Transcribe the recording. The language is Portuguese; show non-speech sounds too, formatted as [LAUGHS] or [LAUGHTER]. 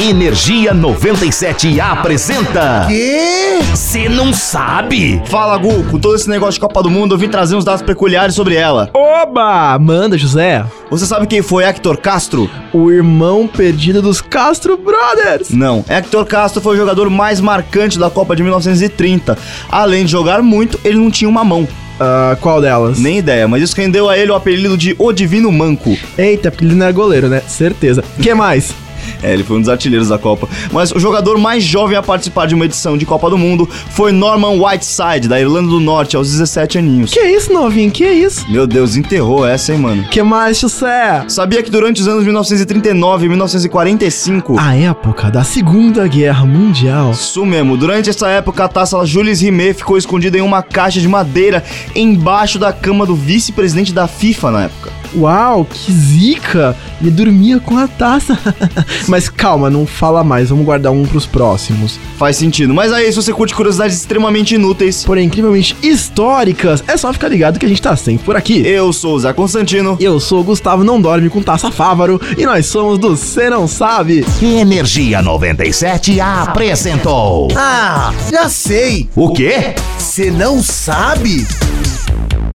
Energia 97 apresenta. Quê? Você não sabe? Fala, Gu, com todo esse negócio de Copa do Mundo, eu vim trazer uns dados peculiares sobre ela. Oba! Manda, José. Você sabe quem foi Hector Castro? O irmão perdido dos Castro Brothers. Não, Hector Castro foi o jogador mais marcante da Copa de 1930. Além de jogar muito, ele não tinha uma mão. Ah, qual delas? Nem ideia, mas isso quem deu a ele o apelido de O Divino Manco. Eita, porque ele não era goleiro, né? Certeza. que mais? É, ele foi um dos artilheiros da Copa. Mas o jogador mais jovem a participar de uma edição de Copa do Mundo foi Norman Whiteside, da Irlanda do Norte, aos 17 aninhos. Que é isso, novinho? Que isso? Meu Deus, enterrou essa, hein, mano? Que mais, José? Sabia que durante os anos 1939 e 1945. A época da Segunda Guerra Mundial. Isso mesmo, durante essa época a taça Jules Rimet ficou escondida em uma caixa de madeira embaixo da cama do vice-presidente da FIFA na época. Uau, que zica! Ele dormia com a taça. [LAUGHS] Mas calma, não fala mais, vamos guardar um pros próximos. Faz sentido, mas aí se você curte curiosidades extremamente inúteis, Porém, incrivelmente históricas, é só ficar ligado que a gente tá sempre por aqui. eu sou o Zé Constantino. Eu sou o Gustavo Não Dorme com Taça Fávaro e nós somos do Cê Não Sabe. Energia 97 apresentou. Ah, já sei! O quê? Você não sabe?